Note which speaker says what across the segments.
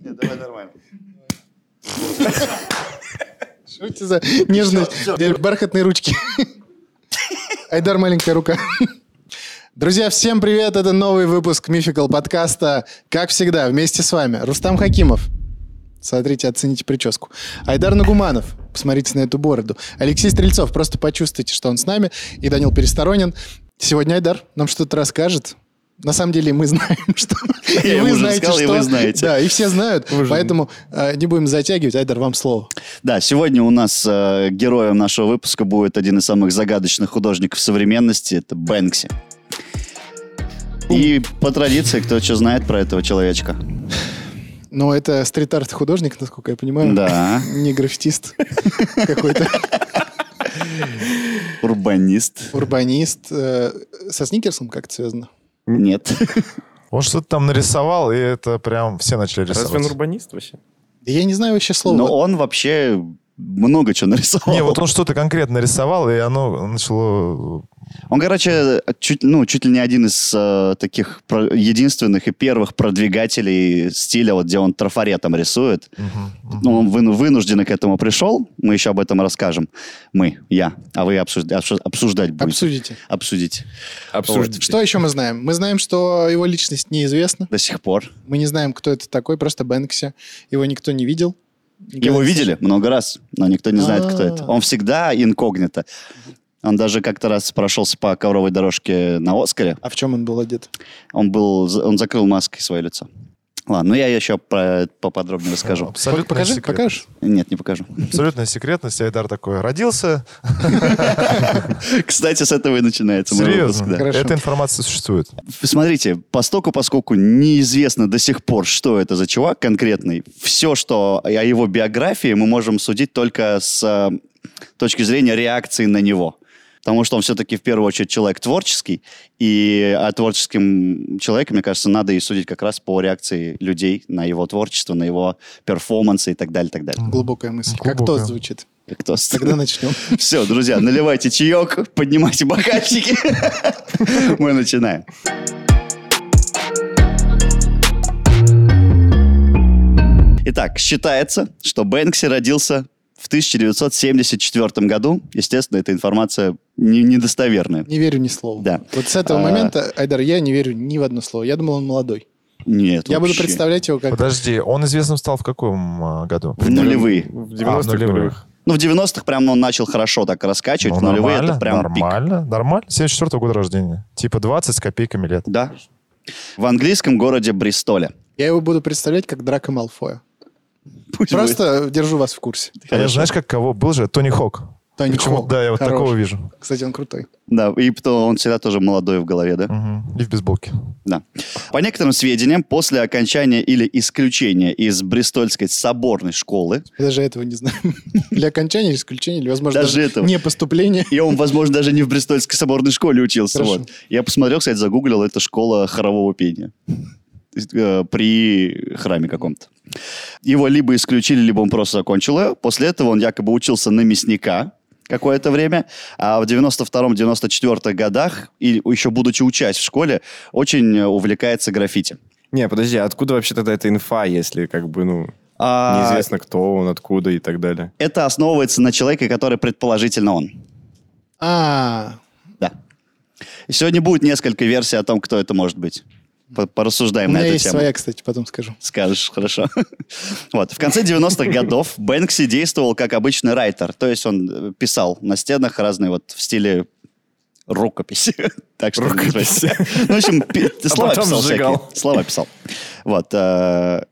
Speaker 1: давай нормально.
Speaker 2: Что это за нежность?
Speaker 1: Всё, всё.
Speaker 2: Теперь Бархатные ручки. Айдар маленькая рука. Друзья, всем привет! Это новый выпуск Мификал подкаста. Как всегда, вместе с вами Рустам Хакимов. Смотрите, оцените прическу. Айдар Нагуманов. Посмотрите на эту бороду. Алексей Стрельцов. Просто почувствуйте, что он с нами. И Данил Пересторонин. Сегодня Айдар нам что-то расскажет. На самом деле мы знаем, что...
Speaker 1: Я
Speaker 2: И
Speaker 1: ему
Speaker 2: вы
Speaker 1: уже
Speaker 2: знаете,
Speaker 1: сказал, и
Speaker 2: что...
Speaker 1: вы знаете.
Speaker 2: Да, и все знают. Поэтому э, не будем затягивать. Айдар, вам слово.
Speaker 1: Да, сегодня у нас э, героем нашего выпуска будет один из самых загадочных художников современности. Это Бэнкси. И по традиции, кто что знает про этого человечка?
Speaker 2: Ну, это стрит-арт художник, насколько я понимаю.
Speaker 1: Да.
Speaker 2: Не граффитист какой-то.
Speaker 1: Урбанист.
Speaker 2: Урбанист. э, Со сникерсом как-то связано?
Speaker 1: Нет.
Speaker 3: Он что-то там нарисовал, и это прям все начали рисовать.
Speaker 4: Разве он урбанист вообще?
Speaker 2: Да я не знаю вообще
Speaker 1: Но
Speaker 2: слова.
Speaker 1: он вообще много чего нарисовал.
Speaker 3: Не, вот он что-то конкретно рисовал, и оно начало... э,
Speaker 1: Он, короче, чуть, ну, чуть ли не один из э, таких про- единственных и первых продвигателей стиля, вот где он трафаретом рисует.
Speaker 3: Мгм.
Speaker 1: Ну, он выну- вынужденно к этому пришел. Мы еще об этом расскажем. Мы, я. А вы обсужд- обсу- обсуждать будете.
Speaker 2: Обсудите.
Speaker 1: Обсудить.
Speaker 4: Обсуждать.
Speaker 2: Что еще мы знаем? Мы знаем, что его личность неизвестна.
Speaker 1: До сих пор.
Speaker 2: Мы не знаем, кто это такой, просто Бэнкси. Его никто не видел. Никогда
Speaker 1: Его
Speaker 2: не
Speaker 1: видели много раз, но никто не знает, кто это.
Speaker 2: А.
Speaker 1: Он всегда инкогнито. Он даже как-то раз прошелся по ковровой дорожке на Оскаре.
Speaker 2: слышал. А в чем он был одет?
Speaker 1: Он, был, за- он закрыл маской свое лицо. Ладно, ну я еще про- поподробнее расскажу.
Speaker 3: Абсолютная
Speaker 2: Покажи,
Speaker 3: секретность.
Speaker 2: покажешь?
Speaker 1: Нет, не покажу.
Speaker 3: Абсолютная секретность. Айдар такой родился.
Speaker 1: Кстати, с этого и начинается мой выпуск.
Speaker 3: Серьезно.
Speaker 1: да.
Speaker 2: Хорошо.
Speaker 3: Эта информация существует.
Speaker 1: Смотрите, постоку, поскольку неизвестно до сих пор, что это за чувак конкретный, все, что о его биографии, мы можем судить только с э, точки зрения реакции на него. Потому что он все-таки в первую очередь человек творческий, и о творческом человеке, мне кажется, надо и судить как раз по реакции людей на его творчество, на его перформансы и так далее, и так далее.
Speaker 2: Глубокая мысль. Как
Speaker 3: Глубокая.
Speaker 2: тост звучит.
Speaker 1: Как то
Speaker 2: Тогда начнем.
Speaker 1: все, друзья, наливайте чаек, поднимайте бокальчики. Мы начинаем. Итак, считается, что Бэнкси родился в 1974 году. Естественно, эта информация не- недостоверная.
Speaker 2: Не верю ни слова.
Speaker 1: Да.
Speaker 2: Вот с этого
Speaker 1: А.
Speaker 2: момента, Айдар, я не верю ни в одно слово. Я думал, он молодой.
Speaker 1: Нет,
Speaker 2: Я буду
Speaker 1: вообще.
Speaker 2: представлять его как...
Speaker 3: Подожди, он известным стал в каком э, году?
Speaker 1: В нулевые.
Speaker 4: В
Speaker 3: А, в
Speaker 4: 90-х нулевых.
Speaker 1: Ну, в 90-х прям он начал хорошо так раскачивать.
Speaker 3: Ну,
Speaker 1: в нулевые
Speaker 3: нормально,
Speaker 1: это прям пик.
Speaker 3: нормально, нормально. 74 года рождения. Типа 20 с копейками лет. А
Speaker 1: Да. В английском городе Бристоле.
Speaker 2: Я его буду представлять как Драка Малфоя.
Speaker 1: Пусть будет.
Speaker 2: Просто держу вас в курсе.
Speaker 3: А я,
Speaker 1: Хорошо.
Speaker 3: знаешь, как кого был же? Тони Хок.
Speaker 2: Тони
Speaker 3: Почему?
Speaker 2: Хок.
Speaker 3: Да, я вот
Speaker 2: Хорош.
Speaker 3: такого вижу.
Speaker 2: Кстати, он крутой.
Speaker 1: Да, и потом он всегда тоже молодой в голове, да?
Speaker 3: Мгм. И в бейсболке.
Speaker 1: Да. По некоторым сведениям, после окончания или исключения из Бристольской соборной школы,
Speaker 2: Я даже этого не знаю. Для окончания или исключения, или, возможно,
Speaker 1: Даже
Speaker 2: даже,
Speaker 1: этого.
Speaker 2: не поступление.
Speaker 1: и он, возможно, даже не в Бристольской соборной школе учился.
Speaker 2: Хорошо.
Speaker 1: Вот. Я посмотрел, кстати, загуглил, это школа хорового пения. То есть, э, При храме каком-то. Его либо исключили, либо он просто закончил ее. После этого он якобы учился на мясника какое-то время, а в 92-94 годах, и еще будучи учась в школе, очень э, увлекается граффити.
Speaker 4: Не, подожди, а откуда вообще тогда эта инфа, если как бы, ну,
Speaker 1: А,
Speaker 4: неизвестно, кто он, откуда и так далее?
Speaker 1: это основывается на человеке, который предположительно он.
Speaker 2: А,
Speaker 1: Да. И Сегодня будет несколько версий о том, кто это может быть. По-
Speaker 2: у
Speaker 1: Порассуждаем Э, на
Speaker 2: меня
Speaker 1: эту
Speaker 2: есть
Speaker 1: тему.
Speaker 2: своя, кстати, потом скажу.
Speaker 1: Скажешь, хорошо. Вот. В конце 90-х годов Бэнкси действовал как обычный райтер. То есть он э, писал на стенах разные вот в стиле рукописи. Так что рукописи. Ну, в общем, пи-
Speaker 4: А
Speaker 1: слова
Speaker 4: потом
Speaker 1: писал всякие.
Speaker 4: сжигал.
Speaker 1: Слова писал. Вот. э,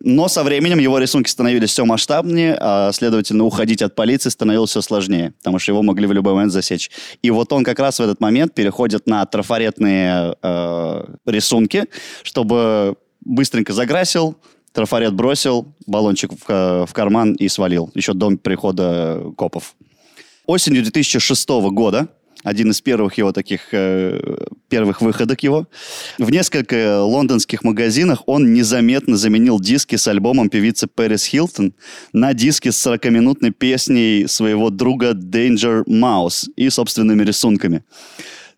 Speaker 1: Но со временем его рисунки становились все масштабнее, а, следовательно, уходить от полиции становилось все сложнее, потому что его могли в любой момент засечь. И вот он как раз в этот момент переходит на трафаретные э, рисунки, чтобы быстренько заграсил, трафарет бросил, баллончик в, ка- в карман и свалил. Еще дом прихода копов. Осенью 2006 года, один из первых его таких, э, первых выходок его, в несколько лондонских магазинах он незаметно заменил диски с альбомом певицы Пэрис Хилтон на диски с 40-минутной песней своего друга Danger Mouse и собственными рисунками.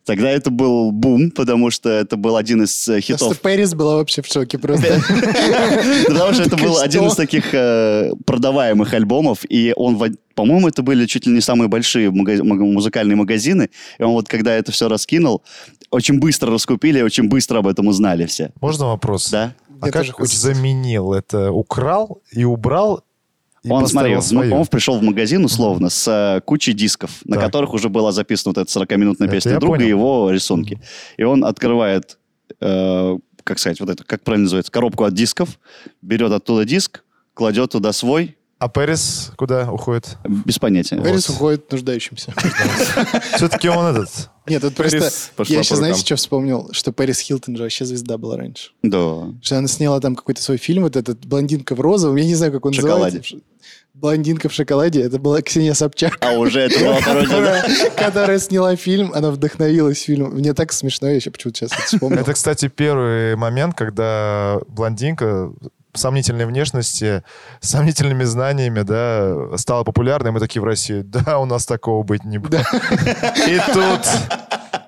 Speaker 1: Тогда это был бум, потому что это был один из э,
Speaker 2: Просто
Speaker 1: хитов
Speaker 2: Пэрис была вообще в шоке просто.
Speaker 1: Ну, Потому что это
Speaker 2: Так и
Speaker 1: был
Speaker 2: что?
Speaker 1: один из таких э, продаваемых альбомов, и он, в- по-моему, это были чуть ли не самые большие мага- мага- музыкальные магазины, и он вот когда это все раскинул, очень быстро раскупили, очень быстро об этом узнали все.
Speaker 3: Можно вопрос?
Speaker 1: Да?
Speaker 3: А
Speaker 2: Я
Speaker 3: как
Speaker 2: тоже хочу
Speaker 3: заменил это? Украл и убрал? и
Speaker 1: он, смотри,
Speaker 3: поставил
Speaker 1: он,
Speaker 3: свое?
Speaker 1: он пришел в магазин условно с э, кучей дисков, на
Speaker 3: Так.
Speaker 1: которых уже была записана вот эта 40-минутная
Speaker 3: Это
Speaker 1: песня
Speaker 3: я
Speaker 1: друга и
Speaker 3: понял.
Speaker 1: его рисунки. И он открывает, э, как сказать, вот это, как правильно называется, коробку от дисков, берет оттуда диск, кладет туда свой,
Speaker 3: А Перес куда уходит?
Speaker 1: без понятия.
Speaker 2: Пэрис
Speaker 3: Вот.
Speaker 2: уходит нуждающимся.
Speaker 3: Все-таки он этот.
Speaker 2: Нет, тут
Speaker 4: Пэрис
Speaker 2: просто...
Speaker 4: пошла
Speaker 2: Я
Speaker 4: по
Speaker 2: еще, знаете,
Speaker 4: рукам.
Speaker 2: что вспомнил? Что Пэрис Хилтон же вообще звезда была раньше.
Speaker 1: Да.
Speaker 2: Что она сняла там какой-то свой фильм, вот этот «Блондинка в розовом», я не знаю, как он
Speaker 1: Шоколаде.
Speaker 2: называется. «Блондинка в шоколаде», это была Ксения Собчак.
Speaker 1: А уже это была пародия, да?
Speaker 2: Которая, которая сняла фильм, она вдохновилась фильмом. Мне так смешно, я еще почему-то сейчас это вспомнил.
Speaker 3: Это, кстати, первый момент, когда блондинка сомнительной внешности, с сомнительными знаниями, да, стала популярной. Мы такие в России, да, у нас такого быть не будет. И тут...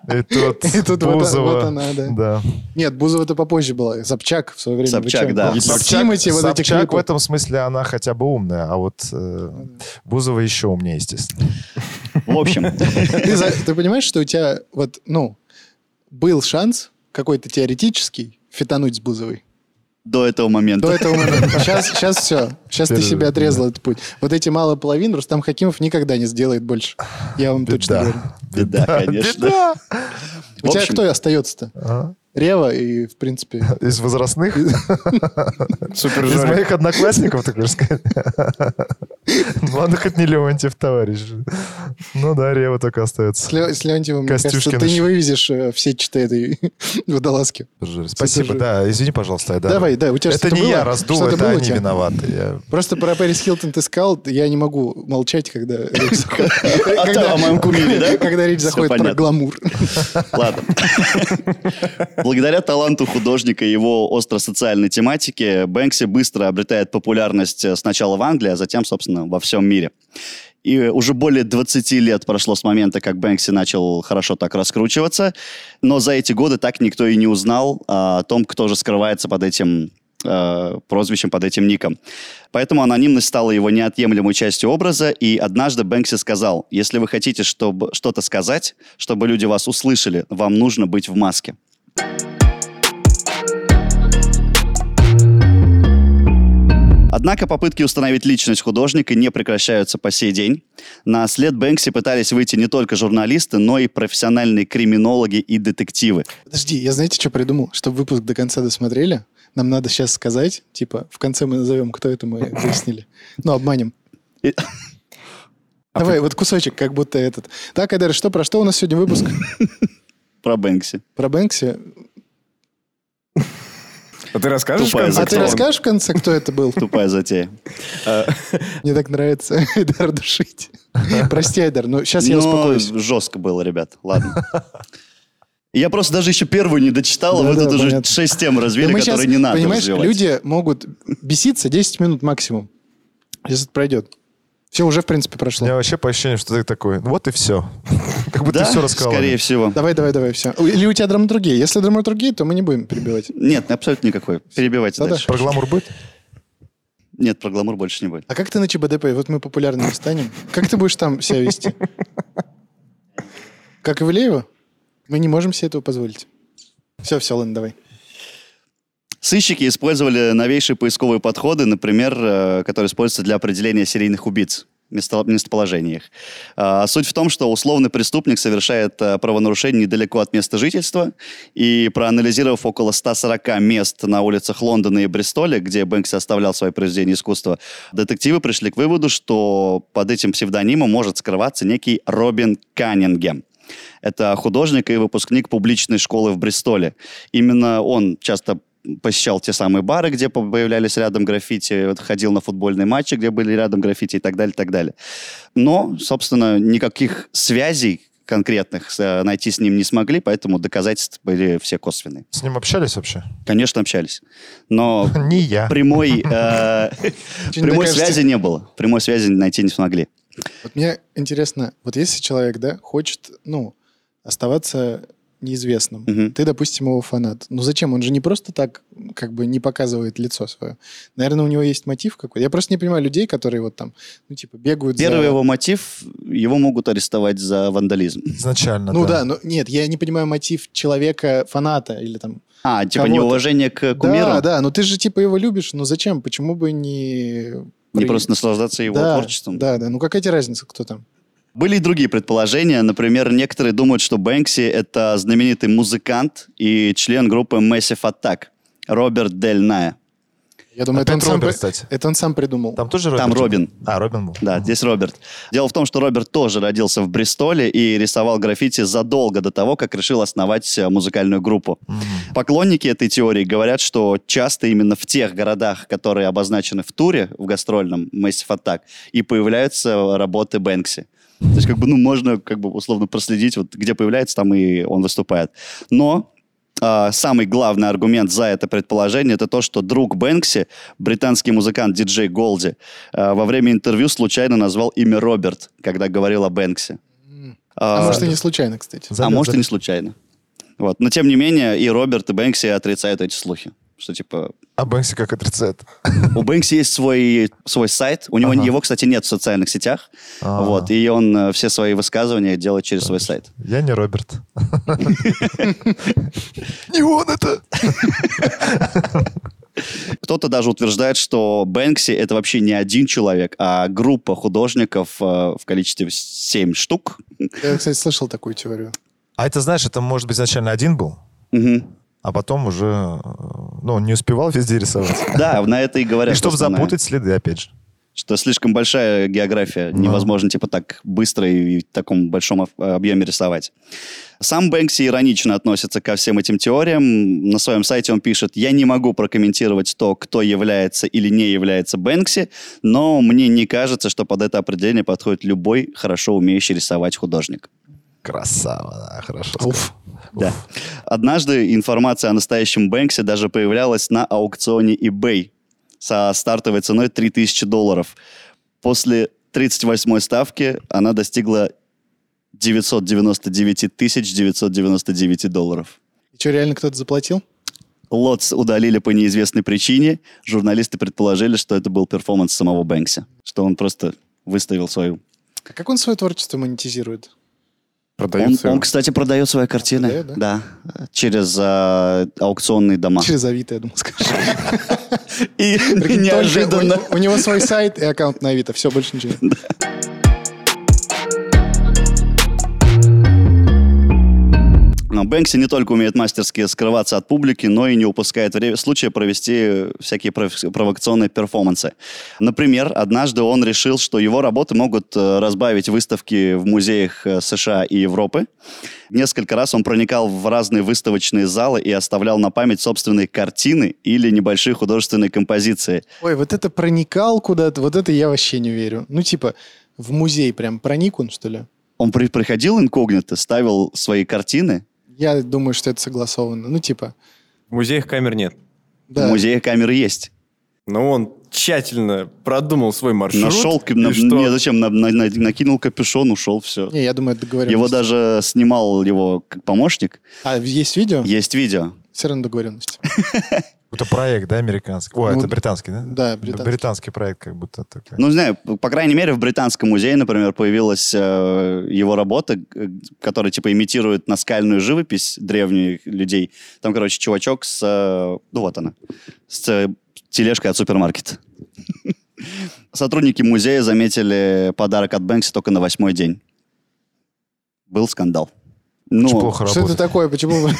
Speaker 3: И тут,
Speaker 2: И тут вот-
Speaker 3: Бузова.
Speaker 2: вот она, да.
Speaker 3: да.
Speaker 2: Нет, Бузова-то попозже была. Собчак в свое время. Вы
Speaker 1: Собчак,
Speaker 2: чё?
Speaker 1: да.
Speaker 2: И
Speaker 3: Собчак-
Speaker 2: Тимати вот эти
Speaker 3: Собчак в
Speaker 2: клипы. Ну
Speaker 3: этом смысле она хотя бы умная, а вот э, Бузова еще умнее, естественно.
Speaker 1: В общем,
Speaker 2: ты, за- ты понимаешь, что у тебя вот, ну, был шанс какой-то теоретический фитануть с Бузовой.
Speaker 1: до этого
Speaker 2: До
Speaker 1: момента.
Speaker 2: этого момента. Сейчас, сейчас все. Сейчас ты
Speaker 3: Теперь,
Speaker 2: себе отрезал этот путь. Вот эти мало половин Рустам Хакимов никогда не сделает больше. Я вам точно
Speaker 3: Беда.
Speaker 2: говорю.
Speaker 1: Беда, конечно.
Speaker 3: Беда!
Speaker 1: В
Speaker 2: У тебя
Speaker 1: общем,
Speaker 2: кто остается-то?
Speaker 3: А?
Speaker 2: Рева и, в принципе...
Speaker 3: Из возрастных,
Speaker 4: Супер
Speaker 3: из
Speaker 4: Жорик.
Speaker 3: моих одноклассников, так можно сказать. Ну, Ладно, хоть не Леонтьев, товарищ. Ну да, Рева только
Speaker 2: С,
Speaker 3: остается.
Speaker 2: Ле- с Леонтьевым, мне кажется,
Speaker 3: Костюшкин
Speaker 2: ты
Speaker 3: еще.
Speaker 2: не вывезешь э, все читы этой водолазки.
Speaker 3: Спасибо, да, извини, пожалуйста, Айдар.
Speaker 2: Давай, да, у тебя
Speaker 3: Это
Speaker 2: что-то
Speaker 3: не
Speaker 2: было?
Speaker 3: я раздул,
Speaker 2: Что-то
Speaker 3: это
Speaker 2: было у
Speaker 3: они
Speaker 2: тебя?
Speaker 3: виноваты. Я-
Speaker 2: Просто про Пэрис Хилтон ты сказал, я не могу молчать, когда речь заходит-
Speaker 1: А
Speaker 2: когда-
Speaker 1: то о моем кумире, да?
Speaker 2: Когда речь
Speaker 1: Всё
Speaker 2: заходит про
Speaker 1: понятно.
Speaker 2: гламур.
Speaker 1: Ладно. Благодаря таланту художника и его остро-социальной тематике, Бэнкси быстро обретает популярность э, сначала в Англии, а затем, собственно, во всем мире. И э, уже более 20 лет прошло с момента, как Бэнкси начал хорошо так раскручиваться, но за эти годы так никто и не узнал а, о том, кто же скрывается под этим э, прозвищем, под этим ником. Поэтому анонимность стала его неотъемлемой частью образа, и однажды Бэнкси сказал, если вы хотите чтобы что-то сказать, чтобы люди вас услышали, вам нужно быть в маске. Однако попытки установить личность художника не прекращаются по сей день. На след Бэнкси пытались выйти не только журналисты, но и профессиональные криминологи и детективы.
Speaker 2: Подожди, я знаете, что придумал? Чтобы выпуск до конца досмотрели, нам надо сейчас сказать, типа, в конце мы назовем, кто это мы выяснили. Ну, обманем.
Speaker 1: И- А
Speaker 2: Давай, вот кусочек, как будто этот. Так, Айдар, что, про что у нас сегодня выпуск?
Speaker 1: Про Бэнкси.
Speaker 2: Про Бэнкси.
Speaker 4: А ты расскажешь?
Speaker 1: Тупая
Speaker 4: в
Speaker 1: За
Speaker 2: А
Speaker 4: конце,
Speaker 2: ты
Speaker 4: кто он?
Speaker 2: расскажешь в конце, кто это был?
Speaker 1: Тупая затея.
Speaker 2: Мне так нравится Айдар душить. Прости, Айдар, но сейчас я
Speaker 1: Но
Speaker 2: успокоюсь.
Speaker 1: жестко было, ребят. Ладно. Я просто даже еще первую не дочитал, а вы
Speaker 2: Да-да,
Speaker 1: тут уже
Speaker 2: понятно.
Speaker 1: шесть тем
Speaker 2: Да
Speaker 1: развели,
Speaker 2: мы
Speaker 1: которые
Speaker 2: щас,
Speaker 1: не надо
Speaker 2: Понимаешь,
Speaker 1: развивать.
Speaker 2: люди могут беситься 10 минут максимум. Сейчас это пройдет. Все, уже, в принципе,
Speaker 3: У меня
Speaker 2: прошло.
Speaker 3: вообще по ощущениям, что ты такой, «Ну вот и все. Как бы
Speaker 1: Да,
Speaker 3: ты все рассказал.
Speaker 1: скорее всего.
Speaker 2: Давай, давай, давай, все. Или у тебя драматургия. Если драматургия, то мы не будем перебивать.
Speaker 1: Нет, абсолютно никакой. Перебивайте
Speaker 2: Да-да.
Speaker 1: дальше.
Speaker 3: Про гламур будет?
Speaker 1: Нет, про гламур больше не будет.
Speaker 2: А как ты на ЧБДП? Вот мы популярными станем. Как ты будешь там себя вести? Как и Валеева? Мы не можем себе этого позволить. Все, все, ладно, давай.
Speaker 1: Сыщики использовали новейшие поисковые подходы, например, э, которые используются для определения серийных убийц место- местоположения их. А, Суть в том, что условный преступник совершает э, правонарушение недалеко от места жительства, и проанализировав около 140 мест на улицах Лондона и Бристоля, где Бэнкси оставлял свои произведения искусства, детективы пришли к выводу, что под этим псевдонимом может скрываться некий Робин Каннингем. Это художник и выпускник публичной школы в Бристоле. Именно он часто посещал те самые бары, где по- появлялись рядом граффити, вот ходил на футбольные матчи, где были рядом граффити и так далее, так далее. Но, собственно, никаких связей конкретных э, найти с ним не смогли, поэтому доказательства были все косвенные.
Speaker 3: С ним общались вообще?
Speaker 1: Конечно, общались, но
Speaker 3: Не я.
Speaker 1: прямой, э,
Speaker 2: Что-нибудь
Speaker 1: прямой
Speaker 2: докажете?
Speaker 1: связи не было. Прямой связи найти не смогли.
Speaker 2: Вот мне интересно, вот если человек, да, хочет, ну, оставаться неизвестном.
Speaker 1: Мгм.
Speaker 2: Ты, допустим, его фанат. Ну зачем? Он же не просто так как бы не показывает лицо свое. Наверное, у него есть мотив какой-то. Я просто не понимаю людей, которые вот там, ну типа бегают за-
Speaker 1: Первый его мотив, его могут арестовать за вандализм.
Speaker 3: Изначально,
Speaker 2: Ну да, но нет, я не понимаю мотив человека, фаната или там...
Speaker 1: А, типа
Speaker 2: Кого-то.
Speaker 1: неуважение к кумиру?
Speaker 2: Да, да, но ты же типа его любишь, ну зачем? Почему бы не...
Speaker 1: Не
Speaker 2: при-
Speaker 1: просто наслаждаться его
Speaker 2: да,
Speaker 1: творчеством?
Speaker 2: Да, да, ну какая тебе разница, кто там?
Speaker 1: Были и другие предположения. Например, некоторые думают, что Бэнкси — это знаменитый музыкант и член группы Massive Attack. Роберт Дель Ная.
Speaker 2: Я думаю, это он,
Speaker 3: Опять
Speaker 2: сам,
Speaker 3: Роберт,
Speaker 2: при-
Speaker 3: А кстати.
Speaker 2: это он сам придумал.
Speaker 3: Там тоже Робин?
Speaker 1: Там Робин.
Speaker 3: А, Робин был.
Speaker 1: Да, здесь Роберт. Дело в том, что Роберт тоже родился в Бристоле и рисовал граффити задолго до того, как решил основать э, музыкальную группу. Поклонники этой теории говорят, что часто именно в тех городах, которые обозначены в туре, в гастрольном Massive Attack, и появляются работы Бэнкси. То есть, как бы, ну, можно, как бы, условно проследить, вот где появляется, там и он выступает. Но а, самый главный аргумент за это предположение это то, что друг Бэнкси, британский музыкант диджей Голди, а, во время интервью случайно назвал имя Роберт, когда говорил о Бэнкси.
Speaker 2: М.
Speaker 1: А,
Speaker 2: А может и не случайно, кстати.
Speaker 1: а может и не случайно. Вот. Но тем не менее, и Роберт, и Бэнкси отрицают эти слухи. Что типа
Speaker 3: А Бэнкси как отрицает.
Speaker 1: у Бэнкси есть свой, свой сайт. У него
Speaker 3: Ага.
Speaker 1: его, кстати, нет в социальных сетях.
Speaker 3: А.
Speaker 1: Вот. И он э, все свои высказывания делает через свой сайт.
Speaker 3: Я не Роберт. Не он это!
Speaker 1: Кто-то даже утверждает, что Бэнкси это вообще не один человек, а группа художников э, в количестве 7 штук.
Speaker 2: Я, кстати, слышал такую теорию.
Speaker 3: А это, знаешь, это, может быть, изначально один был,
Speaker 1: Мгм.
Speaker 3: а потом уже... э, Ну, он не успевал везде рисовать.
Speaker 1: Да, на это и
Speaker 3: И
Speaker 1: говорят.
Speaker 3: чтобы
Speaker 1: основная.
Speaker 3: запутать следы, опять же.
Speaker 1: Что слишком большая география.
Speaker 3: Ну.
Speaker 1: Невозможно, типа, так быстро и в таком большом об- объеме рисовать. Сам Бэнкси иронично относится ко всем этим теориям. На своем сайте он пишет, я не могу прокомментировать то, кто является или не является Бэнкси, но мне не кажется, что под это определение подходит любой хорошо умеющий рисовать художник.
Speaker 3: Красава, да, хорошо.
Speaker 2: Уф.
Speaker 1: Да. Однажды информация о настоящем Бэнксе даже появлялась на аукционе eBay со стартовой ценой 3000 долларов. После 38-й ставки она достигла 999 999 долларов.
Speaker 2: И что, реально кто-то заплатил?
Speaker 1: Лотс удалили по неизвестной причине. Журналисты предположили, что это был перформанс самого Бэнкси. Что он просто выставил свою...
Speaker 2: А как он свое творчество монетизирует?
Speaker 1: Он,
Speaker 4: Продается.
Speaker 1: он, кстати, продает свои картины.
Speaker 2: Продает,
Speaker 1: да? Через э, аукционные дома.
Speaker 2: Через Авито, я думал, скажешь.
Speaker 1: И
Speaker 2: Прикинь, только
Speaker 1: неожиданно...
Speaker 2: У, у него свой сайт и аккаунт на Авито. Все, больше ничего. нет.
Speaker 1: Но Бэнкси не только умеет мастерски скрываться от публики, но и не упускает вре- случая провести всякие пров- провокационные перформансы. Например, однажды он решил, что его работы могут э, разбавить выставки в музеях э, США и Европы. Несколько раз он проникал в разные выставочные залы и оставлял на память собственные картины или небольшие художественные композиции.
Speaker 2: Ой, вот это проникал куда-то, вот это я вообще не верю. Ну, типа, в музей прям проник он, что ли?
Speaker 1: Он при- приходил инкогнито, ставил свои картины.
Speaker 2: Я думаю, что это согласовано. Ну, типа,
Speaker 4: В музеях камер нет.
Speaker 2: да.
Speaker 1: В музее камеры есть.
Speaker 4: Но он тщательно продумал свой маршрут.
Speaker 1: Нашел,
Speaker 4: и
Speaker 1: к- на-
Speaker 4: что?
Speaker 1: не, зачем, на- на- на- накинул капюшон, ушел, все.
Speaker 2: Не, я думаю, это договоренность.
Speaker 1: Его даже снимал его как помощник.
Speaker 2: А, есть видео?
Speaker 1: Есть видео.
Speaker 2: Все равно договоренность.
Speaker 3: Это проект, да, американский? Ой,
Speaker 2: Ну,
Speaker 3: это британский, да?
Speaker 2: да, британский.
Speaker 3: проект как будто такой.
Speaker 1: Ну, не знаю, п- по крайней мере, в Британском музее, например, появилась э, его работа, г- э, которая, типа, имитирует наскальную живопись древних людей. Там, короче, чувачок с... э, ну, вот она. С э, тележкой от супермаркета. Сотрудники музея заметили подарок от Бэнкси только на восьмой день. Был скандал. Ну,
Speaker 3: Очень плохо
Speaker 2: Что это
Speaker 3: работает.
Speaker 2: такое? Почему вы,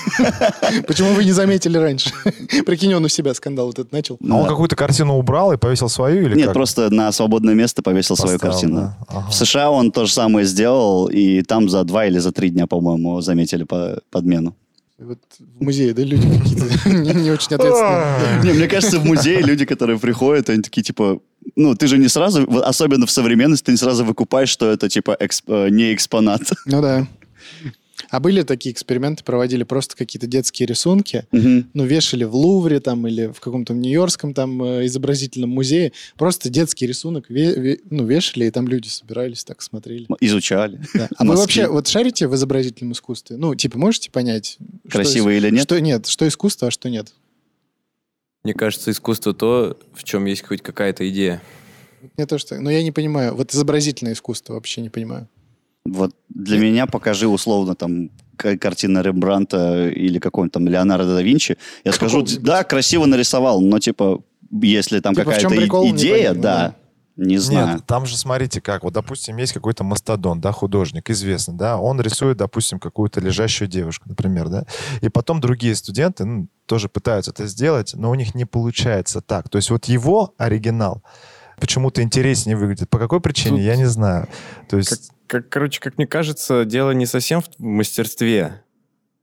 Speaker 2: почему вы не заметили раньше? Прикинь, он у себя скандал вот этот начал.
Speaker 3: А он
Speaker 1: да.
Speaker 3: какую-то картину убрал и повесил свою или
Speaker 1: Нет,
Speaker 3: как?
Speaker 1: просто на свободное место повесил свою
Speaker 3: Поставил,
Speaker 1: картину.
Speaker 3: да. Ага.
Speaker 1: В США он то же самое сделал, и там за два или за три дня, по-моему, заметили по- подмену.
Speaker 2: И Вот в музее, да, люди какие-то не, не очень ответственные.
Speaker 1: Не, мне кажется, в музее люди, которые приходят, они такие, типа, ну, ты же не сразу, в- особенно в современности, ты не сразу выкупаешь, что это, типа, эксп- э, не экспонат.
Speaker 2: Ну да. А были такие эксперименты, проводили просто какие-то детские рисунки,
Speaker 1: Мгм.
Speaker 2: ну, вешали в Лувре там или в каком-то нью-йоркском там э, изобразительном музее. Просто детский рисунок ве- ве- ну, вешали, и там люди собирались, так смотрели.
Speaker 1: Изучали.
Speaker 2: Да.
Speaker 1: А
Speaker 2: А вы
Speaker 1: мозги?
Speaker 2: вообще вот шарите в изобразительном искусстве? Ну, типа, можете понять? что
Speaker 1: Красиво или
Speaker 2: ис-
Speaker 1: нет?
Speaker 2: Что нет, что искусство, а что нет?
Speaker 5: Мне кажется, искусство то, в чем есть хоть какая-то идея.
Speaker 2: Мне тоже так. Но я не понимаю. Вот изобразительное искусство вообще не понимаю.
Speaker 1: Вот для меня покажи условно там к- картина Рембранта или какого-нибудь там Леонардо да Винчи. Я скажу,
Speaker 2: Какого?
Speaker 1: да, красиво нарисовал, но типа, если там
Speaker 2: Типа, в
Speaker 1: какая-то
Speaker 2: чем
Speaker 1: и-
Speaker 2: прикол, не
Speaker 1: идея,
Speaker 2: понятно,
Speaker 1: да, не знаю.
Speaker 3: Нет, там же смотрите как. Вот, допустим, есть какой-то мастодон, да, художник, известный, да, он рисует, допустим, какую-то лежащую девушку, например, да, и потом другие студенты ну, тоже пытаются это сделать, но у них не получается так. То есть вот его оригинал почему-то интереснее выглядит. По какой причине,
Speaker 4: Тут-
Speaker 3: я не знаю. То есть...
Speaker 4: Как, как- короче, как мне кажется, дело не совсем в мастерстве.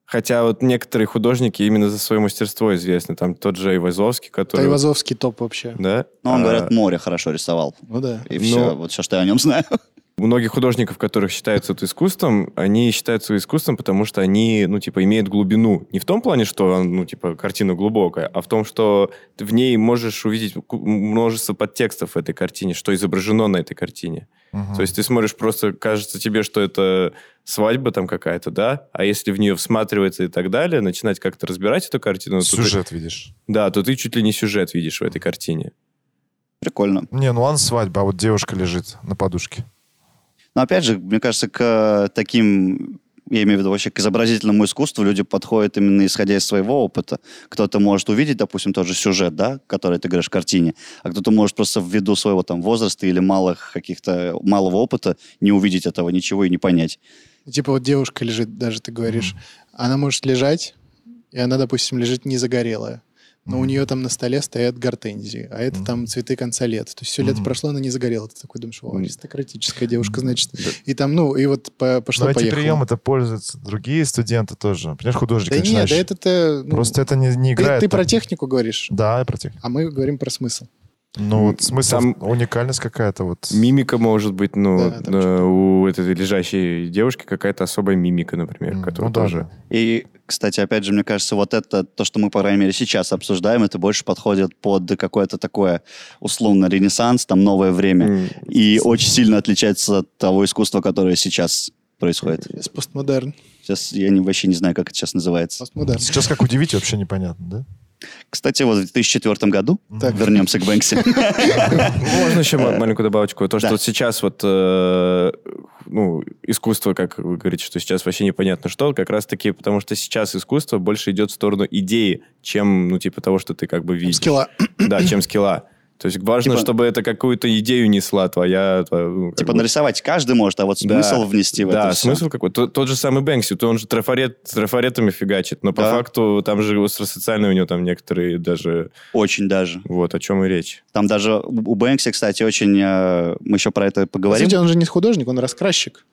Speaker 4: Хотя вот некоторые художники именно за свое мастерство известны. Там тот же Айвазовский, который...
Speaker 2: Тайвазовский топ вообще.
Speaker 4: Да?
Speaker 1: Ну, он,
Speaker 4: А,
Speaker 1: говорят, море хорошо рисовал.
Speaker 2: Ну да.
Speaker 1: И
Speaker 4: Ну-
Speaker 1: все, вот все, что я о нем знаю.
Speaker 4: Многих художников, которых считают это искусством, они считают свое искусством, потому что они, ну, типа, имеют глубину. Не в том плане, что, ну, типа, картина глубокая, а в том, что ты в ней можешь увидеть ку- множество подтекстов в этой картине, что изображено на этой картине.
Speaker 3: мгм.
Speaker 4: То есть ты смотришь просто, кажется тебе, что это свадьба там какая-то, да? А если в нее всматриваться и так далее, начинать как-то разбирать эту картину... то ты-
Speaker 3: Сюжет видишь.
Speaker 4: да, то ты чуть ли не сюжет видишь в этой картине.
Speaker 1: Прикольно.
Speaker 3: Не, ну ладно, свадьба, а вот девушка лежит на подушке.
Speaker 1: Но опять же, мне кажется, к э, таким, я имею в виду вообще к изобразительному искусству люди подходят именно исходя из своего опыта. Кто-то может увидеть, допустим, тот же сюжет, да, который ты говоришь в картине, а кто-то может просто ввиду своего там возраста или малых каких-то малого опыта не увидеть этого ничего и не понять.
Speaker 2: Типа вот девушка лежит, даже ты говоришь, «Ну, она может лежать, и она, допустим, лежит не загорелая. Но у
Speaker 3: Мгм.
Speaker 2: нее там на столе стоят гортензии, а это
Speaker 3: Мгм.
Speaker 2: там цветы конца лета. То есть все лето
Speaker 3: Мгм.
Speaker 2: прошло, она не загорела. Ты такой думаешь, о,
Speaker 1: Мгм.
Speaker 2: аристократическая девушка, значит.
Speaker 4: Да.
Speaker 2: И там, ну, и вот по-
Speaker 3: Но
Speaker 2: пошло
Speaker 3: эти
Speaker 2: поехало.
Speaker 3: приемы-то пользуются другие студенты тоже. Понимаешь, художник
Speaker 2: Да нет, да
Speaker 3: начинающий.
Speaker 2: это-то... ну,
Speaker 3: Просто это не, не
Speaker 2: ты-
Speaker 3: играет.
Speaker 2: ты
Speaker 3: так.
Speaker 2: про технику говоришь,
Speaker 3: Да, я про тех.
Speaker 2: а мы говорим про смысл.
Speaker 3: Ну, вот смысл,
Speaker 4: Там-
Speaker 3: уникальность какая-то вот.
Speaker 4: Мимика может быть, ну,
Speaker 2: Да, там
Speaker 4: э,
Speaker 2: что-то.
Speaker 4: у этой лежащей девушки какая-то особая мимика, например,
Speaker 3: М,
Speaker 4: которая
Speaker 3: ну да.
Speaker 4: тоже...
Speaker 1: И, кстати, опять же, мне кажется, вот это, то, что мы, по крайней мере, сейчас обсуждаем, это больше подходит под какое-то такое условно ренессанс, там новое время.
Speaker 4: М,
Speaker 1: И очень сильно отличается от того искусства, которое сейчас происходит.
Speaker 2: Сейчас постмодерн.
Speaker 1: Сейчас я не, вообще не знаю, как это сейчас называется.
Speaker 2: Постмодерн.
Speaker 3: Сейчас как удивить вообще непонятно,
Speaker 1: Кстати, вот в 2004 году,
Speaker 2: Так.
Speaker 1: вернемся к Бэнкси,
Speaker 4: Можно еще
Speaker 2: Э,
Speaker 4: ма- маленькую добавочку? То,
Speaker 1: да.
Speaker 4: что вот сейчас вот э, ну, искусство, как вы говорите, что сейчас вообще непонятно что, как раз-таки потому что сейчас искусство больше идет в сторону идеи, чем, ну, типа того, что ты как бы видишь.
Speaker 2: Скилла.
Speaker 4: Да, чем скилла. То есть важно,
Speaker 1: Типа-
Speaker 4: чтобы это какую-то идею несла твоя... твоя, ну, как
Speaker 1: типа
Speaker 4: бы-
Speaker 1: нарисовать каждый может, а вот
Speaker 4: Да.
Speaker 1: смысл внести в
Speaker 4: Да,
Speaker 1: это всё.
Speaker 4: смысл какой? Тот, тот же самый Бэнкси, то он же трафарет, трафаретами фигачит, но по
Speaker 1: Да.
Speaker 4: факту там же остро-социальные у него там некоторые даже...
Speaker 1: Очень даже.
Speaker 4: Вот о чем и речь.
Speaker 1: Там даже у у Бэнкси, кстати, очень... э, мы еще про это
Speaker 2: По
Speaker 1: поговорим.
Speaker 2: сути, он же не художник, он раскрасчик.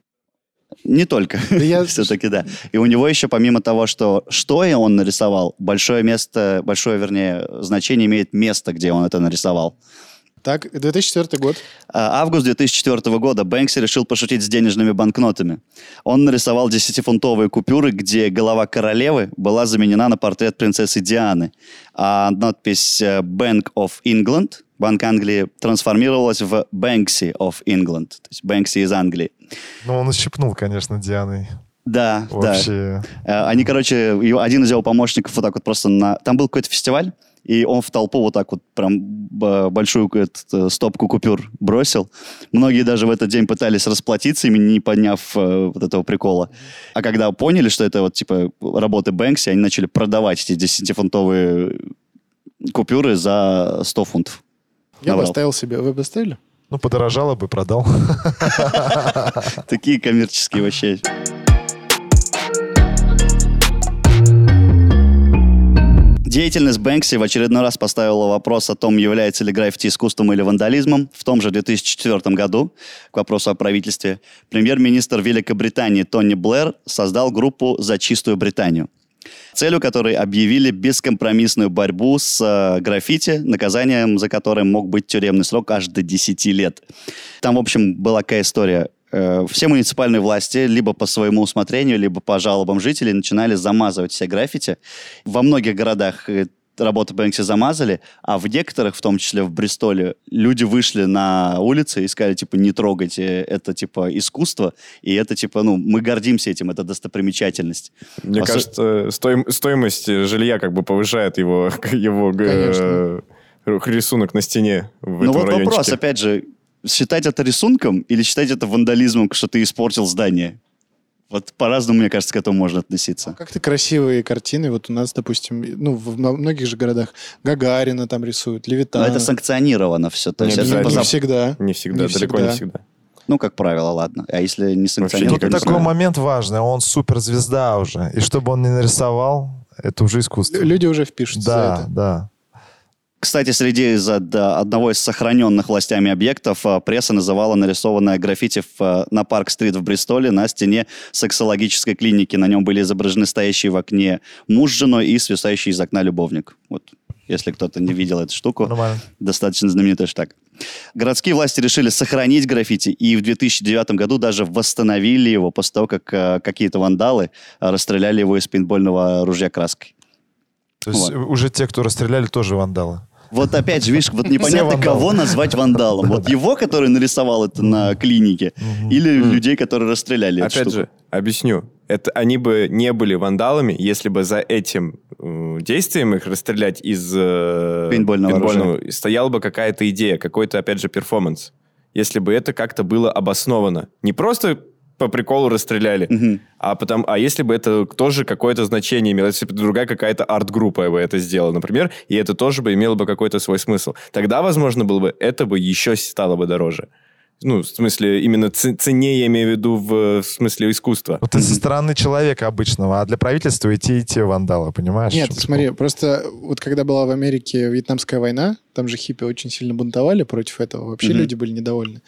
Speaker 1: Не только.
Speaker 2: Да я...
Speaker 1: Все-таки, да. И у него еще, помимо того, что что и он нарисовал, большое место, большое, вернее, значение имеет место, где он это нарисовал.
Speaker 2: Так, 2004 год.
Speaker 1: А, Август 2004 года Бэнкси решил пошутить с денежными банкнотами. Он нарисовал 10-фунтовые купюры, где голова королевы была заменена на портрет принцессы Дианы, а надпись э, «Bank of England» Банк Англии трансформировалась в Banksy of England, то есть Бэнкси из Англии.
Speaker 3: да? Ну, он ущипнул, конечно, Дианой.
Speaker 1: Да, да.
Speaker 3: Вообще.
Speaker 1: Э, Они, короче, его- один из его помощников вот так вот просто на... Там был какой-то фестиваль, и он в толпу вот так вот прям б- большую этот, э, стопку купюр бросил. Многие даже в этот день пытались расплатиться, ими не подняв э, вот этого прикола. А когда поняли, что это вот типа работы Бэнкси, они начали продавать эти 10-фунтовые купюры за 100 фунтов.
Speaker 2: Я
Speaker 1: Наврал.
Speaker 2: поставил себе. Вы поставили?
Speaker 3: Ну, подорожало бы, продал.
Speaker 1: Такие коммерческие вообще. Деятельность Бэнкси в очередной раз поставила вопрос о том, является ли граффити искусством или вандализмом. В том же 2004 году, к вопросу о правительстве, премьер-министр Великобритании Тони Блэр создал группу «За чистую Британию», целью которой объявили бескомпромиссную борьбу с э, граффити, наказанием за которое мог быть тюремный срок аж до 10 лет. Там, в общем, была такая история. Э, э, все муниципальные власти либо по своему усмотрению, либо по жалобам жителей начинали замазывать все граффити. Во многих городах э, работы Бэнкси замазали, а в некоторых, в том числе в Бристоле, люди вышли на улицы и сказали, типа, не трогайте, это, типа, искусство, и это, типа, ну, мы гордимся этим, это достопримечательность.
Speaker 4: Мне
Speaker 1: Осо-
Speaker 4: кажется, стоим- стоимость э, жилья как бы повышает его, его э, рисунок на стене в
Speaker 1: Ну
Speaker 4: этом
Speaker 1: вот
Speaker 4: райончике.
Speaker 1: вопрос, опять же, считать это рисунком или считать это вандализмом, что ты испортил здание? Вот по-разному, мне кажется, к этому можно относиться.
Speaker 2: Как-то А красивые картины, вот у нас, допустим, ну, в во многих же городах Гагарина там рисуют,
Speaker 1: Но
Speaker 4: Ну,
Speaker 2: Левитана.
Speaker 1: это санкционировано все. То
Speaker 4: Не
Speaker 1: есть это
Speaker 2: Ну. Не-
Speaker 1: по
Speaker 2: не
Speaker 4: обязательно.
Speaker 1: зап-
Speaker 2: всегда.
Speaker 4: Не всегда,
Speaker 2: Не
Speaker 4: далеко
Speaker 2: всегда.
Speaker 4: не всегда.
Speaker 1: Ну, как правило, ладно. А если не санкционировано?
Speaker 3: Тут
Speaker 1: то не
Speaker 3: такой
Speaker 1: знаю.
Speaker 3: момент важный, он суперзвезда уже. И чтобы он не нарисовал, это уже искусство.
Speaker 2: Люди уже впишутся за
Speaker 3: Да,
Speaker 2: это.
Speaker 3: да.
Speaker 1: Кстати, среди из- од- одного из сохраненных властями объектов э, пресса называла нарисованное граффити в, э, на Парк-стрит в Бристоле на стене сексологической клиники. На нем были изображены стоящие в окне муж с женой и свисающий из окна любовник. Вот, если кто-то не видел эту штуку.
Speaker 3: Нормально.
Speaker 1: Достаточно знаменитый штаг. Городские власти решили сохранить граффити и в 2009 году даже восстановили его после того, как э, какие-то вандалы э, расстреляли его из пейнтбольного ружья краской.
Speaker 3: То есть
Speaker 1: Вот.
Speaker 3: уже те, кто расстреляли, тоже вандалы.
Speaker 1: Вот опять же, видишь, вот непонятно,
Speaker 3: вандалы.
Speaker 1: кого назвать вандалом. Вот его, который нарисовал это на клинике, или людей, которые расстреляли эту
Speaker 4: Опять
Speaker 1: штуку.
Speaker 4: же, объясню. Это они бы не были вандалами, если бы за этим э, действием их расстрелять из э,
Speaker 1: Пейнтбольного
Speaker 4: стояла бы какая-то идея, какой-то, опять же, перформанс. Если бы это как-то было обосновано. Не просто по приколу расстреляли,
Speaker 1: Мгм.
Speaker 4: а, потом, а если бы это тоже какое-то значение имело, если бы другая какая-то арт-группа бы это сделала, например, и это тоже бы имело бы какой-то свой смысл, тогда, возможно, было бы, это бы еще стало бы дороже. Ну, в смысле, именно ц- цене я имею в виду в, э, в смысле искусства.
Speaker 1: Ну,
Speaker 3: Вот ты со стороны человека обычного, а для правительства и те, и те вандалы, понимаешь?
Speaker 2: Нет,
Speaker 3: Чтоб-
Speaker 2: смотри, просто вот когда была в Америке вьетнамская война, там же хиппи очень сильно бунтовали против этого, вообще
Speaker 1: Мгм.
Speaker 2: люди были недовольны.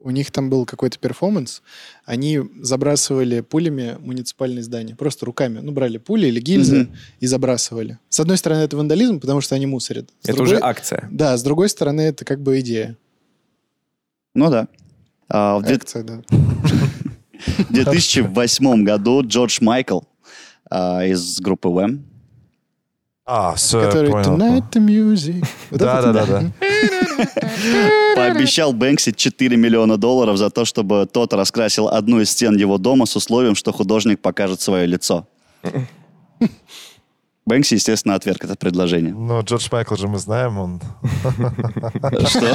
Speaker 2: У них там был какой-то перформанс, они забрасывали пулями муниципальные здания, просто руками, ну, брали пули или гильзы
Speaker 1: Мгм.
Speaker 2: и забрасывали. С одной стороны, это вандализм, потому что они мусорят. С
Speaker 4: это
Speaker 2: другой-
Speaker 4: уже акция.
Speaker 2: Да, с другой стороны, это как бы идея.
Speaker 1: Ну да. А, в две-
Speaker 2: Акция, да.
Speaker 1: в 2008 году Джордж Майкл а, из группы Wham
Speaker 3: А, все,
Speaker 2: Который
Speaker 3: понял.
Speaker 2: Tonight the Music. Вот
Speaker 3: Да,
Speaker 2: это
Speaker 3: да, да, да.
Speaker 1: пообещал Бэнкси 4 миллиона долларов за то, чтобы тот раскрасил одну из стен его дома с условием, что художник покажет свое лицо. Бэнкси, естественно, отверг это предложение.
Speaker 3: Ну, Джордж Майкл же мы знаем, он...
Speaker 1: Что?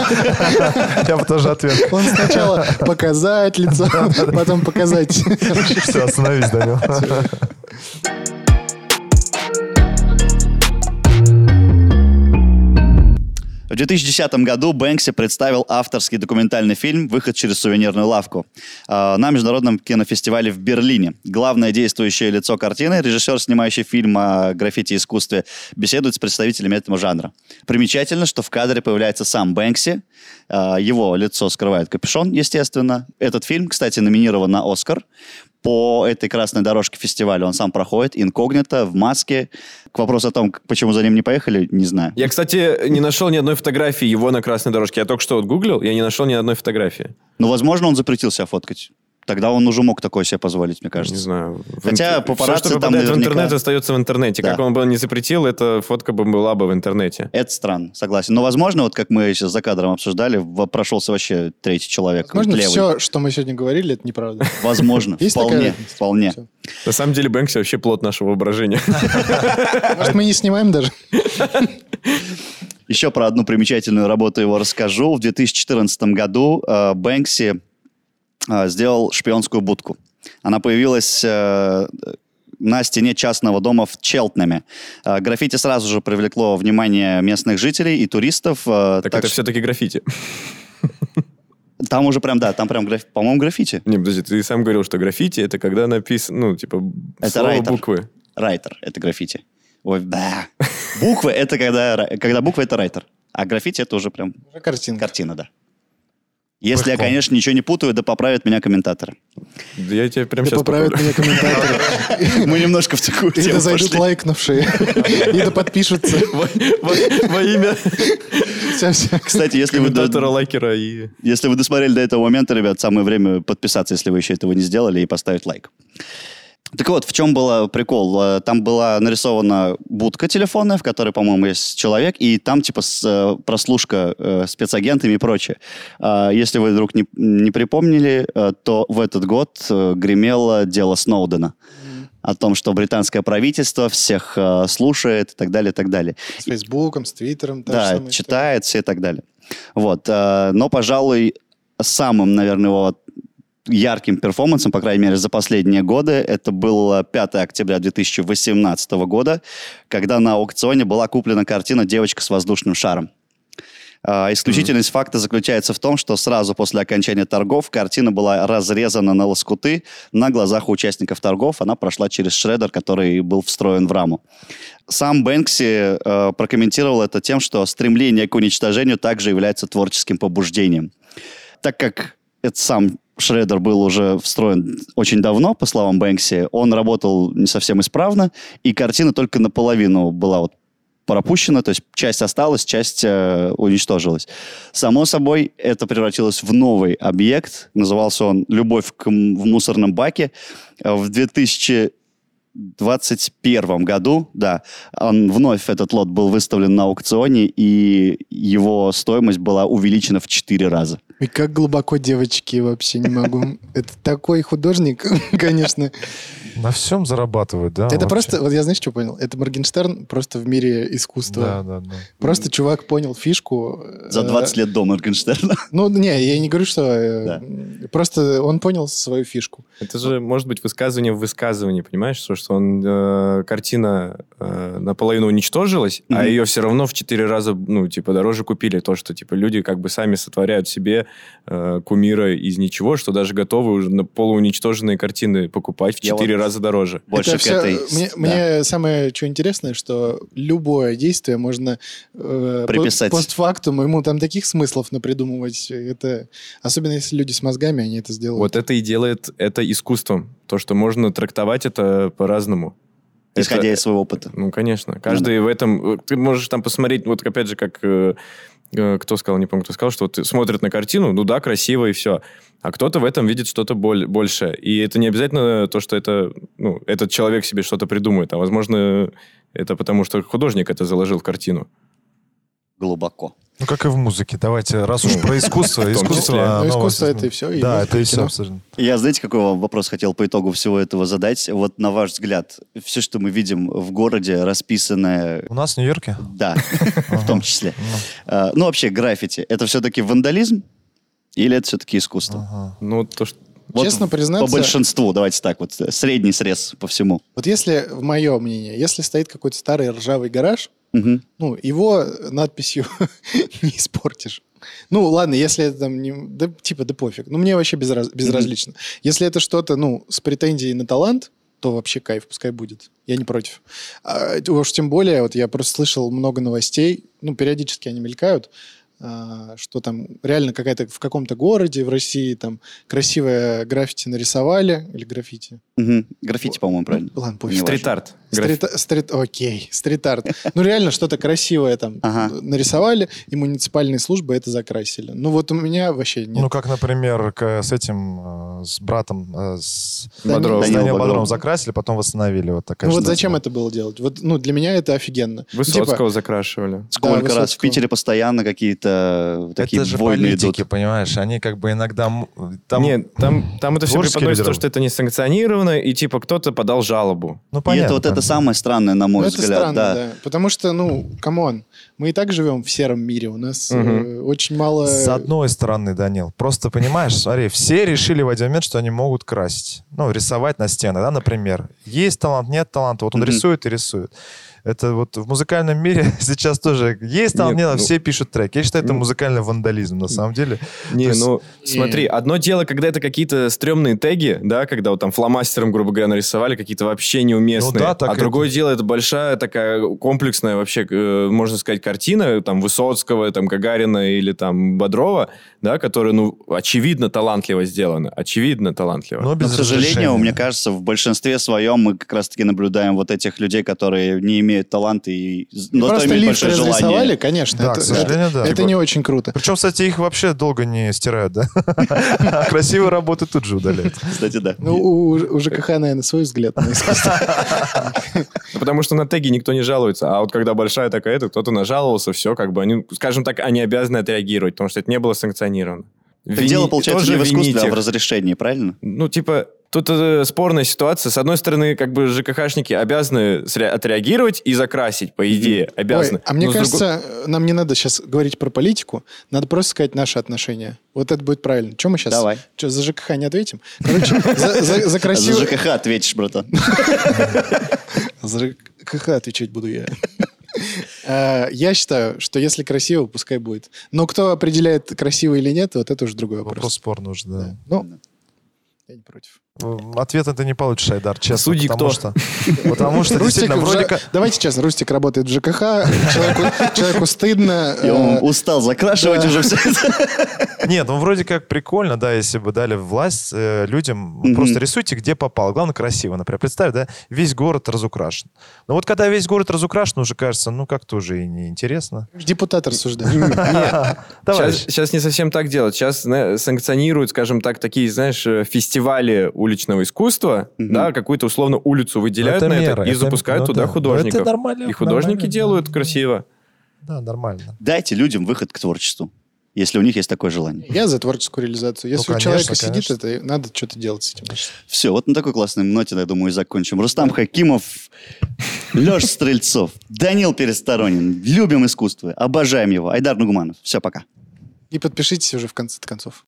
Speaker 3: Я бы тоже отверг.
Speaker 2: Он сначала показать лицо, потом показать.
Speaker 3: Все, остановись, Данил.
Speaker 1: В 2010 году Бэнкси представил авторский документальный фильм «Выход через сувенирную лавку» э, на международном кинофестивале в Берлине. Главное действующее лицо картины, режиссер, снимающий фильм о граффити и искусстве, беседует с представителями этого жанра. Примечательно, что в кадре появляется сам Бэнкси, э, его лицо скрывает капюшон, естественно. Этот фильм, кстати, номинирован на «Оскар» по этой красной дорожке фестиваля. Он сам проходит инкогнито, в маске. К вопросу о том, к- почему за ним не поехали, не знаю.
Speaker 4: Я, кстати, не нашел ни одной фотографии его на красной дорожке. Я только что вот гуглил, я не нашел ни одной фотографии.
Speaker 1: Ну, возможно, он запретил себя фоткать. Тогда он уже мог такое себе позволить, мне
Speaker 4: Не
Speaker 1: кажется.
Speaker 4: знаю. В
Speaker 1: Хотя
Speaker 4: интер- всё,
Speaker 1: папарацци
Speaker 4: что
Speaker 1: там
Speaker 4: попадает в
Speaker 1: наверняка-
Speaker 4: интернет, остается в интернете.
Speaker 1: Да.
Speaker 4: Как он бы не запретил, эта фотка бы была бы в интернете.
Speaker 1: Это странно, согласен. Но, возможно, вот как мы сейчас за кадром обсуждали, в- прошелся вообще третий человек,
Speaker 2: Возможно,
Speaker 1: левый.
Speaker 2: все, что мы сегодня говорили, это неправда.
Speaker 1: Возможно,
Speaker 2: Есть такая
Speaker 1: вполне,
Speaker 2: вероятность?
Speaker 1: вполне.
Speaker 2: Всё.
Speaker 4: На самом деле Бэнкси вообще плод нашего воображения.
Speaker 2: Может, мы не снимаем даже?
Speaker 1: Еще про одну примечательную работу его расскажу. В 2014 году э, Бэнкси э, сделал шпионскую будку. Она появилась э, на стене частного дома в Челтнаме. Э, граффити сразу же привлекло внимание местных жителей и туристов. э,
Speaker 4: Так
Speaker 1: так
Speaker 4: это
Speaker 1: что-
Speaker 4: все-таки граффити.
Speaker 1: Там уже прям, да, там прям, граф- по-моему, граффити.
Speaker 4: Не, подожди, ты сам говорил, что граффити это когда написано, ну, типа,
Speaker 1: Это
Speaker 4: слово
Speaker 1: райтер.
Speaker 4: буквы.
Speaker 1: Райтер — это граффити. Ой, да. Буквы — это когда, ра- когда буква — это райтер. А граффити — это уже прям
Speaker 2: Уже картинка.
Speaker 1: картина, да. Если я,
Speaker 3: Легко.
Speaker 1: конечно, ничего не путаю, да поправят меня комментаторы.
Speaker 4: Да я тебя прям
Speaker 2: Да
Speaker 4: сейчас
Speaker 2: поправят меня комментаторы.
Speaker 1: Мы немножко в такую
Speaker 2: И да
Speaker 1: тему
Speaker 2: зайдут
Speaker 1: пошли.
Speaker 2: лайкнувшие. И да подпишутся.
Speaker 4: Во, во- во имя
Speaker 2: Вся-вся.
Speaker 1: Кстати, если вы, до-
Speaker 4: комментатора, лайкера и...
Speaker 1: если вы досмотрели до этого момента, ребят, самое время подписаться, если вы еще этого не сделали, и поставить лайк. Так вот, в чем был прикол? Э, Там была нарисована будка телефонная, в которой, по-моему, есть человек, и там типа с, э, прослушка э, спецагентами и прочее. А, Если вы вдруг не, не припомнили, э, то в этот год э, гремело дело Сноудена о том, что британское правительство всех э, слушает и так далее, и так далее.
Speaker 2: С Фейсбуком, с Твиттером. та же
Speaker 1: Да,
Speaker 2: самая история.
Speaker 1: читает все и так далее. Вот. э, Но, пожалуй, самым, наверное, его ярким перформансом, по крайней мере, за последние годы, это было 5 октября 2018 года, когда на аукционе была куплена картина «Девочка с воздушным шаром». А, Исключительность факта заключается в том, что сразу после окончания торгов картина была разрезана на лоскуты на глазах у участников торгов. Она прошла через шредер, который был встроен в раму. Сам Бэнкси э, прокомментировал это тем, что стремление к уничтожению также является творческим побуждением. Так как этот сам Шредер был уже встроен очень давно, по словам Бэнкси, он работал не совсем исправно, и картина только наполовину была вот пропущена, то есть часть осталась, часть э, уничтожилась. Само собой, это превратилось в новый объект, назывался он «Любовь к м- в мусорном баке». Э, В 2021 году, да, он, вновь этот лот был выставлен на аукционе, и его стоимость была увеличена в 4 раза.
Speaker 2: И как глубоко девочки вообще не могу. Это такой художник, конечно.
Speaker 3: На всем зарабатывают, да?
Speaker 2: Это
Speaker 3: А, вообще.
Speaker 2: просто, вот я знаешь, что понял? Это Моргенштерн просто в мире
Speaker 3: Да,
Speaker 2: искусства.
Speaker 3: да, да.
Speaker 2: Просто чувак понял фишку.
Speaker 1: За
Speaker 2: э,
Speaker 1: 20 лет до Моргенштерна.
Speaker 2: Ну, не, я не говорю, что... э,
Speaker 1: Да.
Speaker 2: Просто он понял свою фишку.
Speaker 4: Это же может быть высказывание в высказывании, понимаешь? То, что он, э, картина э, наполовину уничтожилась, а
Speaker 1: Мгм.
Speaker 4: ее все равно в четыре раза, ну, типа, дороже купили. То, что, типа, люди как бы сами сотворяют себе э, кумира из ничего, что даже готовы уже на полууничтоженные картины покупать в
Speaker 1: Я
Speaker 4: четыре
Speaker 1: вот-
Speaker 4: раза дороже.
Speaker 1: Больше
Speaker 2: Это
Speaker 1: к
Speaker 2: всё-
Speaker 1: этой...
Speaker 2: Мне,
Speaker 1: да.
Speaker 2: мне самое что интересное, что любое действие можно э, по-
Speaker 1: Приписать.
Speaker 2: постфактум, ему там таких смыслов напридумывать. Это особенно если люди с мозгами, они это сделают.
Speaker 4: Вот это и делает это искусством. То, что можно трактовать это по-разному.
Speaker 1: Исходя
Speaker 4: Это-
Speaker 1: из своего опыта.
Speaker 4: Ну, конечно. Каждый в этом... э, Ты можешь там посмотреть, вот опять же, как... э, э, Кто сказал, не помню, кто сказал, что вот ты- смотрят на картину, ну да, красиво и все. А кто-то в этом видит что-то боль- большее. И это не обязательно то, что это, ну, этот человек себе что-то придумает, а возможно, это потому, что художник это заложил в картину.
Speaker 1: Глубоко.
Speaker 3: Ну, как и в музыке. Давайте, раз уж про искусство.
Speaker 4: В том
Speaker 3: Искусство,
Speaker 4: числе.
Speaker 3: а,
Speaker 2: Ну,
Speaker 3: оно
Speaker 2: искусство
Speaker 3: вот-
Speaker 2: это и всё, и
Speaker 3: Да,
Speaker 2: музыка,
Speaker 3: это
Speaker 2: и
Speaker 3: и все
Speaker 2: кино.
Speaker 3: абсолютно.
Speaker 1: Я, знаете, какой вам вопрос хотел по итогу всего этого задать? Вот на ваш взгляд, все, что мы видим в городе, расписанное...
Speaker 3: У нас в Нью-Йорке?
Speaker 1: Да, в том числе.
Speaker 3: Ну,
Speaker 1: Э, Ну, вообще, граффити. Это все-таки вандализм? Или это все-таки искусство?
Speaker 3: ага.
Speaker 4: Ну, то, что...
Speaker 1: Вот
Speaker 2: Честно
Speaker 1: По
Speaker 2: признаться,
Speaker 1: большинству, давайте так вот, э, средний срез по всему.
Speaker 2: вот если, в мое мнение, если стоит какой-то старый ржавый гараж,
Speaker 1: Мгм.
Speaker 2: ну, его надписью не испортишь. Ну, ладно, если это там, не- да, типа, да пофиг. Ну, мне вообще безраз- безразлично. Если это что-то, ну, с претензией на талант, то вообще кайф, пускай будет. Я не против. А, т- уж тем более, вот я просто слышал много новостей, ну, периодически они мелькают, а, что там реально какая-то в каком-то городе в России там красивое граффити нарисовали, или граффити.
Speaker 1: Мгм. Граффити, по-моему, правильно.
Speaker 2: Ну, Ладно, пофиг.
Speaker 1: Не важно.
Speaker 4: Стрит-арт. Граф-
Speaker 2: Стрит, стрит, окей, стрит-арт. Ну, реально, что-то красивое там
Speaker 1: Ага.
Speaker 2: нарисовали, и муниципальные службы это закрасили. Ну, вот у меня вообще нет.
Speaker 3: Ну, как, например, к- с этим, э, с братом, э, с
Speaker 2: Да,
Speaker 4: Бодров.
Speaker 1: да,
Speaker 3: с
Speaker 1: Данил
Speaker 3: Данилом
Speaker 1: Бодров.
Speaker 3: Бодровым закрасили, потом восстановили. Вот такая
Speaker 2: ну, вот
Speaker 3: штука.
Speaker 2: зачем это было делать? Вот, ну, для меня это офигенно. Ну, типа,
Speaker 4: Высоцкого закрашивали.
Speaker 1: Сколько раз? В
Speaker 2: Высоцкого.
Speaker 1: Питере постоянно какие-то э, такие
Speaker 3: Это же
Speaker 1: войны
Speaker 3: политики,
Speaker 1: идут.
Speaker 3: понимаешь? Они как бы иногда... м, Там,
Speaker 4: Нет, там, там это все
Speaker 3: Творческие
Speaker 4: преподносит
Speaker 3: люди
Speaker 4: то, что это не санкционировано, и типа кто-то подал жалобу.
Speaker 3: ну,
Speaker 1: И
Speaker 3: понятно.
Speaker 1: это вот это самое странное, на
Speaker 2: ну,
Speaker 1: мой
Speaker 2: это
Speaker 1: взгляд.
Speaker 2: странно,
Speaker 1: да.
Speaker 2: да. Потому что, ну, камон, мы и так живем в сером мире. У нас э,
Speaker 4: Мгм.
Speaker 2: очень мало... Ну,
Speaker 3: С одной стороны, Данил, просто понимаешь, смотри, все решили в один момент, что они могут красить, ну, рисовать на стенах, да, например. Есть талант, нет таланта, вот он
Speaker 1: Мгм.
Speaker 3: рисует и рисует. Это вот в музыкальном мире сейчас тоже есть там,
Speaker 4: Нет,
Speaker 3: не,
Speaker 4: ну-
Speaker 3: все пишут треки. Я считаю, это музыкальный вандализм на самом деле.
Speaker 4: Не,
Speaker 3: То есть-
Speaker 4: ну смотри, одно дело, когда это какие-то стрёмные теги, да, когда вот там фломастером, грубо говоря, нарисовали, какие-то вообще неуместные.
Speaker 3: Ну да, так
Speaker 4: а
Speaker 3: это-
Speaker 4: другое дело, это большая такая комплексная вообще, э, можно сказать, картина, там, Высоцкого, там, Гагарина или там Бодрова, да, которая, ну, очевидно талантливо сделана, очевидно талантливо.
Speaker 3: Но без
Speaker 1: Но, к сожалению,
Speaker 3: разрешения.
Speaker 1: мне кажется, в большинстве своем мы как раз-таки наблюдаем вот этих людей, которые не имеют таланта и з- но зато
Speaker 2: Просто
Speaker 1: имеют
Speaker 2: лифт
Speaker 1: большое
Speaker 2: разрисовали,
Speaker 1: желание.
Speaker 2: конечно.
Speaker 3: Да,
Speaker 2: это,
Speaker 3: к сожалению,
Speaker 2: это-
Speaker 3: да.
Speaker 2: это
Speaker 3: Типа-
Speaker 2: не очень круто.
Speaker 3: Причем, кстати, их вообще долго не стирают, да? А Красивые работы тут же удаляют.
Speaker 1: Кстати, да.
Speaker 2: Ну,
Speaker 3: Типа,
Speaker 2: у,
Speaker 3: э,
Speaker 2: у ЖКХ, наверное, свой взгляд на искусство.
Speaker 4: Ну, Потому что на теги никто не жалуется. А вот когда большая такая, это кто-то нажаловался, все, как бы они, скажем так, они обязаны отреагировать, потому что это не было санкционировано.
Speaker 1: Так
Speaker 4: Вини-
Speaker 1: дело получается
Speaker 4: тоже
Speaker 1: не в
Speaker 4: винить
Speaker 1: искусстве, а
Speaker 4: их.
Speaker 1: в разрешении, правильно?
Speaker 4: Ну, типа, тут э, спорная ситуация. С одной стороны, как бы ЖКХшники обязаны сре- отреагировать и закрасить, по идее, обязаны.
Speaker 2: Ой, а мне
Speaker 4: Но с друго-
Speaker 2: кажется, нам не надо сейчас говорить про политику, надо просто сказать наши отношения. Вот это будет правильно. Чем мы сейчас?
Speaker 1: Давай.
Speaker 2: Че, за ЖКХ не ответим? Короче, за- за за
Speaker 1: А За
Speaker 2: красивую...
Speaker 1: ЖКХ ответишь, братан.
Speaker 2: За ЖКХ отвечать буду я. Э, Я считаю, что если красиво, пускай будет. Но кто определяет, красиво или нет, вот это уже другой
Speaker 3: Вопрос
Speaker 2: вопрос.
Speaker 3: спор нужен,
Speaker 2: Ну, я не против.
Speaker 3: да. Ответ это не получишь, Айдар, честно.
Speaker 4: Судьи
Speaker 3: потому
Speaker 4: кто?
Speaker 3: что- Потому что,
Speaker 2: Рустик
Speaker 3: действительно,
Speaker 2: в
Speaker 3: вроде
Speaker 2: Ж-
Speaker 3: как...
Speaker 2: Давайте честно, Рустик работает в ЖКХ, человеку, человеку стыдно.
Speaker 1: И
Speaker 2: э,
Speaker 1: он устал закрашивать
Speaker 2: да.
Speaker 1: уже все это.
Speaker 3: Нет, ну вроде как прикольно, да, если бы дали власть э, людям, вот
Speaker 1: Мгм.
Speaker 3: просто рисуйте, где попало. Главное, красиво. Например, представь, да, весь город разукрашен. Но вот когда весь город разукрашен, уже кажется, ну как-то уже и неинтересно.
Speaker 2: Депутат рассуждает.
Speaker 3: Давай.
Speaker 4: Сейчас, не совсем так делают. Сейчас санкционируют, скажем так, такие, знаешь, э, фестивали уличного искусства,
Speaker 1: Мгм.
Speaker 4: да, какую-то условно улицу выделяют
Speaker 3: Ну, Это
Speaker 4: на это
Speaker 3: меры,
Speaker 4: и
Speaker 3: это-
Speaker 4: запускают
Speaker 3: ну
Speaker 4: туда
Speaker 3: да.
Speaker 4: художников.
Speaker 3: Это нормально,
Speaker 4: и художники
Speaker 3: нормально,
Speaker 4: делают
Speaker 3: да.
Speaker 4: красиво.
Speaker 3: Да, нормально.
Speaker 1: Дайте людям выход к творчеству, если у них есть такое желание.
Speaker 2: Я за творческую реализацию. Если
Speaker 3: Ну,
Speaker 2: у человека
Speaker 3: конечно,
Speaker 2: сидит, это надо что-то делать с этим.
Speaker 1: Все, вот на такой классной ноте, я думаю, и закончим. Рустам Хакимов, Леш Стрельцов, Данил Пересторонин. Любим искусство, обожаем его. Айдар Нугманов. Все, пока.
Speaker 2: И подпишитесь уже в конце концов.